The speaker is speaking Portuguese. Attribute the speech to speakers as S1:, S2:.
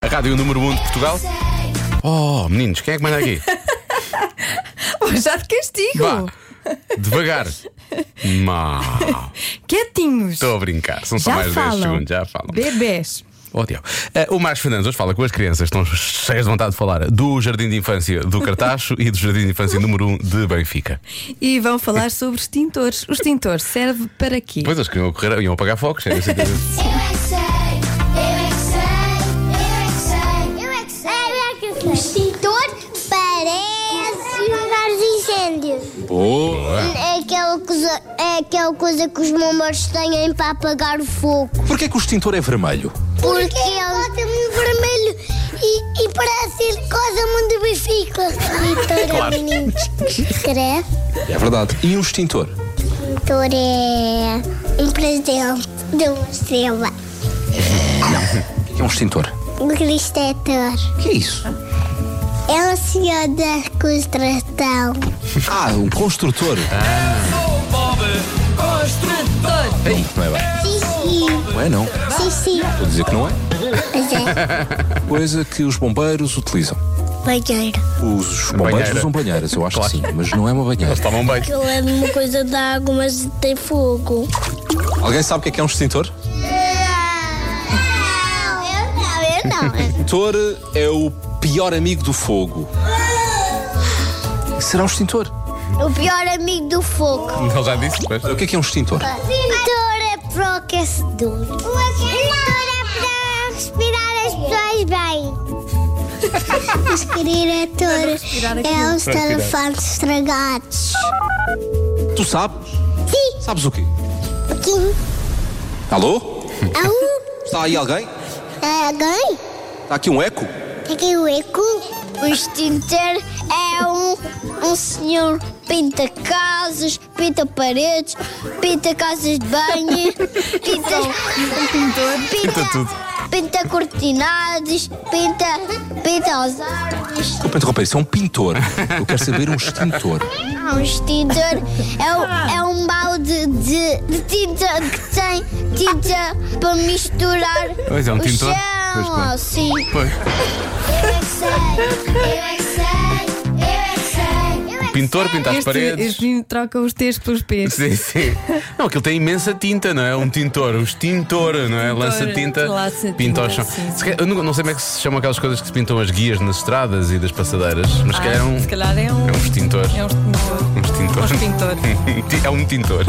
S1: a rádio número 1 de Portugal. Oh, meninos, quem é que manda aqui?
S2: Já de castigo.
S1: Vá, devagar. Mau.
S2: Quietinhos.
S1: Estou a brincar, são só
S2: Já
S1: mais
S2: falam.
S1: 10 segundos, já falam.
S2: Bebês.
S1: Oh, diabo. Eh, o Marcos Fernandes hoje fala com as crianças, estão cheias de vontade de falar do Jardim de Infância do Cartacho e do Jardim de Infância número 1 de Benfica.
S2: E vão falar sobre os tintores. Os tintores servem para quê?
S1: Depois eles queriam correr, iam apagar focos. era assim que eu-
S3: Eu é que sei, eu é que sei, eu é que sei, eu é que sei, eu é que sei. O extintor parece apagar os incêndios.
S1: Boa!
S3: É aquela coisa, é aquela coisa que os bombeiros têm para apagar o fogo.
S4: Porquê que o extintor é vermelho?
S3: Porque ele bota muito vermelho e, e parece coisa muito bifica. Extintor é meninos. Credo.
S4: É verdade. E o extintor?
S3: Extintor é um presente de uma estrela.
S4: O que é um extintor?
S3: Um cristetor.
S4: O que é isso?
S3: É o senhor da construção.
S4: Ah, um construtor. Ah.
S3: Sim,
S4: Ei, não é bem.
S3: sim.
S4: Não é não.
S3: Sim, sim.
S4: Vou dizer que não é.
S3: Mas é
S4: Coisa que os bombeiros utilizam.
S3: banheiro.
S4: Os bombeiros
S1: Banheira.
S4: usam banheiras, eu acho que sim, mas não é uma banheira.
S1: Toma um beijo.
S3: Eu é uma coisa de água, mas tem fogo.
S4: Alguém sabe o que é que é um extintor?
S3: Não, eu não, eu não.
S4: extintor é o pior amigo do fogo. Será um extintor?
S3: o pior amigo do fogo.
S1: Ele já disse, pois.
S4: O que é que é um extintor?
S3: Pintor é para o aquecedor. O aquecedor é para respirar as pessoas bem. Aspirador é os telefones estragados.
S4: Tu sabes?
S3: Sim, um
S4: Sabes o quê?
S3: sim.
S4: Alô?
S3: Há um.
S4: Está aí alguém?
S3: Alguém?
S4: Está aqui um eco?
S3: Aqui o eco. O extintor é um, um senhor pinta casas, pinta paredes, pinta casas de banho, pinta.
S2: Um
S3: Pinta
S1: tudo.
S3: Pinta cortinados, pinta. pinta as árvores.
S4: Desculpa interromper, isso é um pintor. Eu quero saber um extintor.
S3: Ah, Um extintor é um, é um balde de, de tinta que tem tinta para misturar
S1: Pois é, um
S3: o
S1: tintor. Pois,
S3: chão,
S1: claro.
S3: assim. é
S1: Pois.
S3: é
S1: Pintor pinta Tá as paredes.
S2: Este, este troca os T's pelos P's.
S1: Sim, sim. Não, aquilo tem imensa tinta, não é? Um tintor, um extintor, não é? Lança tinta,
S2: Lança-tinta,
S1: pinta ao chão.
S2: sim.
S1: Se calhar- eu não, não sei como é que se chamam aquelas coisas que se pintam as guias nas estradas e das passadeiras, mas
S2: Ah,
S1: se calhar é um,
S5: Se calhar é um.
S1: é um extintor.
S5: É um extintor. Um
S1: Um extintor.
S5: extintor.
S1: é um tintor.